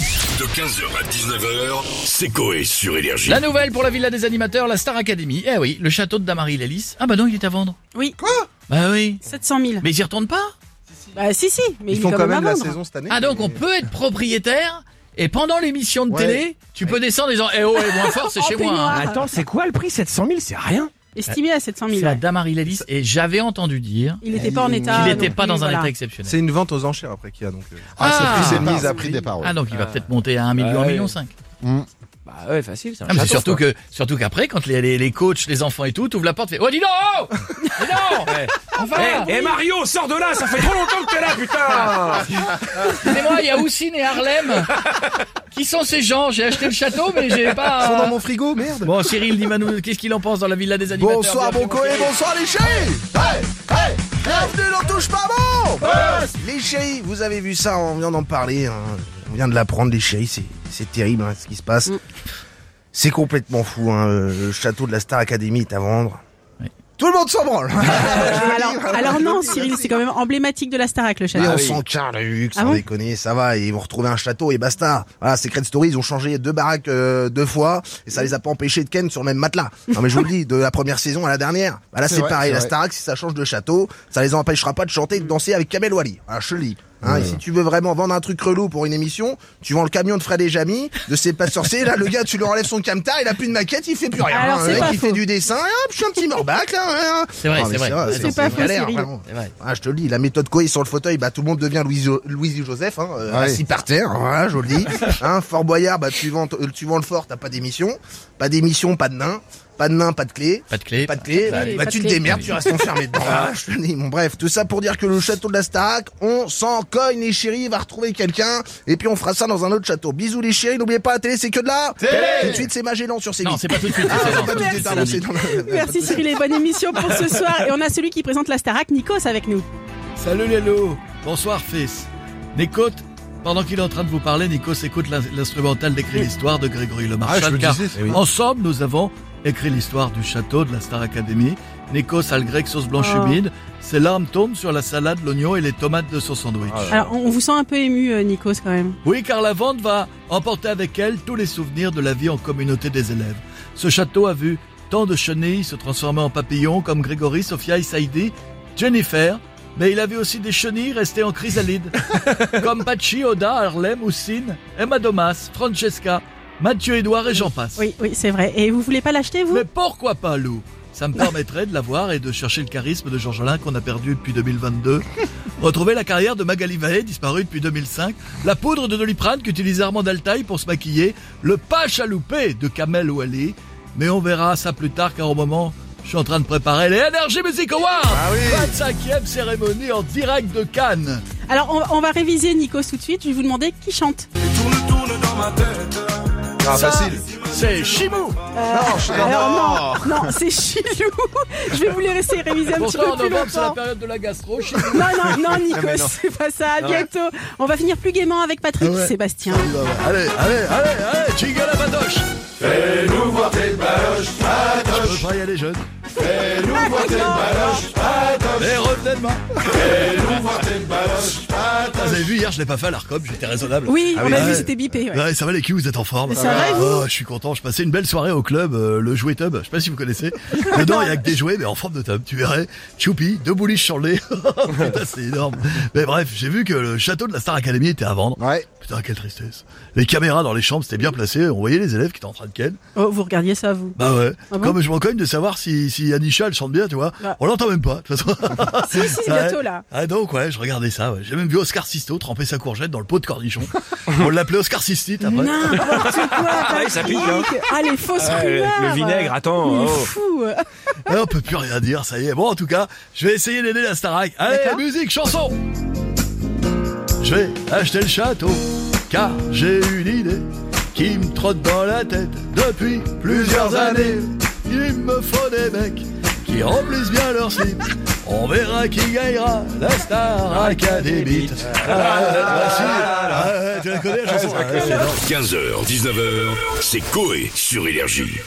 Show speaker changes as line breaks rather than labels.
De 15h à 19h, c'est Coé sur Énergie.
La nouvelle pour la Villa des Animateurs, la Star Academy. Eh oui, le château de Damary Lélis. Ah bah non, il est à vendre.
Oui,
Bah oui.
700 000.
Mais ils y retournent pas
Bah si, si, mais
Ils
il
font
est
quand même
à
la
vendre.
saison cette année.
Ah donc on
mais-
peut être propriétaire et pendant l'émission de
Ouais.
télé, tu peux descendre en disant Eh oh, elle est moins fort, c'est
En
chez moi. hein.
peignoir.
Attends, c'est quoi le prix 700 000 C'est rien.
Estimé à 700 000.
C'est la
ouais.
Damary Lélis et j'avais entendu dire
Il n'était pas en état.
qu'il n'était
non
pas dans
plus,
un
voilà.
état exceptionnel.
C'est une vente aux enchères après qu'il y a donc. euh,
Ah,
c'est
C'est
une
une
mise
mise
à
à
prix
prix
de
départ.
Ah donc il va peut-être monter à 1 million,
Ah
1,5
ouais.
million. cinq.
Bah ouais, facile. C'est un
Ah, mais c'est surtout
château, quoi.
que surtout qu'après quand les, les, les coachs, les enfants et tout, t'ouvres la porte, fais Oh dis donc oh Dis donc Enfin
Eh eh, Mario, sors de là, ça fait trop longtemps que t'es là, putain
Excusez-moi, il y a Houssine et Harlem. Qui sont ces gens J'ai acheté le château, mais j'ai pas.
Ils sont dans mon
Ah.
frigo, merde.
Bon, Cyril, dis-moi, nous, qu'est-ce qu'il en pense dans la villa des animateurs
Bonsoir
Bienvenue,
bon coé, bonsoir les chéris Hey Hey Bienvenue dans Touche pas bon Les chéris, vous avez vu ça, on vient d'en parler, hein. on vient de l'apprendre les chéris, c'est, c'est terrible hein, ce qui se passe.
Mm.
C'est complètement fou, hein. euh, le château de la Star Academy est à vendre. Tout le monde s'en branle
Alors, alors non, Cyril, c'est quand même emblématique de la Starac, le
Mais
Ah
château.
on s'en carre, le luxe,
Ah
sans
bon
déconner, ça va, ils vont retrouver un château et basta. Voilà, Secret Story, ils ont changé deux baraques euh, deux fois, et ça les a pas empêchés de ken sur le même matelas. Non mais je vous le dis, de la première saison à la dernière. Bah là c'est
vrai,
pareil,
c'est
la
vrai.
Starac, si ça change de château, ça les empêchera pas de chanter et de danser avec Kamel Wally. Ah, je te le dis. Hein, et si tu veux vraiment vendre un truc relou pour une émission, tu vends le camion de Fred et Jamy, de ses pas sorciers, là le gars tu lui enlèves son camtar, il a plus de maquette, il fait plus rien.
Alors,
hein.
c'est
le mec
pas
il
faux.
fait du dessin, et hop, je suis un petit morbac là. hein.
C'est vrai,
Ah, mais
c'est vrai.
vrai,
C'est
c'est
pas
une
faux,
galère,
Cyril.
vraiment.
C'est vrai.
Ah, je te le dis, la méthode Coé sur le fauteuil, bah tout le monde devient Louis Louis Joseph, hein, euh,
Ah oui.
assis par terre, voilà, je vous le dis. Hein, Fort Boyard, bah tu vends, euh, tu vends le fort, t'as pas d'émission, pas d'émission, pas de nain, pas de nain, pas de clé.
Pas de clé.
Pas de clé, bah,
clé,
bah,
pas
tu
de
te
clé.
démerdes, tu restes enfermé dedans. Ah, je te le dis, bon bref, tout ça pour dire que le château de la Starac, on s'en cogne les chéris, va retrouver quelqu'un, et puis on fera ça dans un autre château. Bisous les chéris, n'oubliez pas, la télé c'est que de là Tout de suite c'est Magellan sur ses
Non, c'est pas tout de suite.
Ah,
c'est
c'est
non,
pas tout de
c'est
suite, pardon,
lundi.
c'est dans la-
Merci Cyril et bonne émission pour ce soir. Et on a celui qui présente la Starac, Nikos, avec nous.
Salut Lélo. Bonsoir fils. N'écoute, pendant qu'il est en train de vous parler, Nikos écoute l'in- l'instrumental d'écrit l'histoire de Grégory Le Marchal.
Ah, je me
car
disais, c'est pas-
ensemble, nous avons écrit l'histoire du château de la Star Academy. Nikos a le grec sauce blanche
Ah.
Oh.
humide. Ses larmes tombent sur la salade, l'oignon et les tomates de son sandwich.
Ah,
Alors, on on vous sent un peu ému, euh, Nikos, quand même.
Oui, car la vente va emporter avec elle tous les souvenirs de la vie en communauté des élèves. Ce château a vu tant de chenilles se transformer en papillons comme Grégory, Sophia et Saïdi, Jennifer, mais il a vu aussi des chenilles rester en chrysalide, comme Pachi, Oda, Harlem, Houssine, Emma Domas, Francesca, Mathieu Édouard et j'en passe.
Oui, oui, c'est vrai. Et vous voulez pas l'acheter, vous
Mais pourquoi pas, Lou Ça me permettrait de l'avoir et de chercher le charisme de Georges Alain qu'on a perdu depuis 2022. Retrouver la carrière de Magali Vahé, disparue depuis 2005. La poudre de Doliprane qu'utilisait Armand Altaï pour se maquiller. Le pas chaloupé de Kamel Ouali. Mais on verra ça plus tard car au moment, je suis en train de préparer les Energy Music Awards 25e cérémonie en direct de Cannes
Alors, on, on va réviser Nikos tout de suite. Je vais vous demander qui chante.
Ah,
Ça,
facile.
C'est Chimou
Alors, non, non, c'est Chilou. Je vais vous les laisser réviser un petit
Pourtant,
peu
en
plus
novembre, c'est la
longtemps.
période de la gastro. Chimou.
Non, non, non,
Ah, mais
Nikos,
non. Ah
c'est pas ça. À bientôt. On va finir plus gaiement avec Patrick
Ouais.
Sébastien.
Allez, allez, allez, allez, jingle à Badoche Fais-nous voir tes baloches, Badoche Je peux pas y aller jeune.
Ah
Eh, revenez demain Fais-nous voir tes baloches, Badoche Vous avez vu, hier, je l'ai pas fait à l'ARCOM, j'étais raisonnable. Ah
Oui,
Ah
on
oui.
a
Ouais.
vu, c'était bipé. ouais.
Ouais, ça va les culs, vous êtes en forme.
Ça va, et vous
Oh, je suis content, je passais une belle soirée au club, euh, le jouet tub, je sais pas si vous connaissez. Dedans, il y a que des jouets, mais en forme de tub, tu verrais. Choupi, deux bouliches sur le nez. Putain, c'est énorme. Mais bref, j'ai vu que le château de la Star Academy était à vendre.
Ouais.
Putain, quelle tristesse. Les caméras dans les chambres, c'était bien placé. On voyait les élèves qui étaient en train de ken.
Oh, vous regardiez ça, vous
Bah ouais.
Ah bon
Comme je m'en cogne de savoir si, si Anisha, elle chante bien, tu vois.
Ouais.
On l'entend même pas, de toute façon.
Si, si, c'est
Ouais.
bientôt, là.
Ah donc, ouais, je regardais ça. ouais. J'ai même vu Oscar Sisto tremper sa courgette dans le pot de cornichon. On l'appelait Oscar Sistite après.
N'importe quoi,
ouais,
Patrick
ça pique, hein.
Ah, les fausses
Ah, le-
rumeurs
le vinaigre, attends,
Il est
oh.
fou
Ah, on peut plus rien dire, ça y est. Bon, en tout cas, je vais essayer d'aider la Starac. Allez,
D'accord.
musique, chanson Je vais acheter le château, car j'ai une idée qui me trotte dans la tête depuis plusieurs années. Il me faut des mecs qui remplissent bien leur slip. On verra qui gagnera la Star Academy. Ah, facile. Ah, ouais, tu la connais la chanson
15h, 19h, c'est Coé sur Énergie.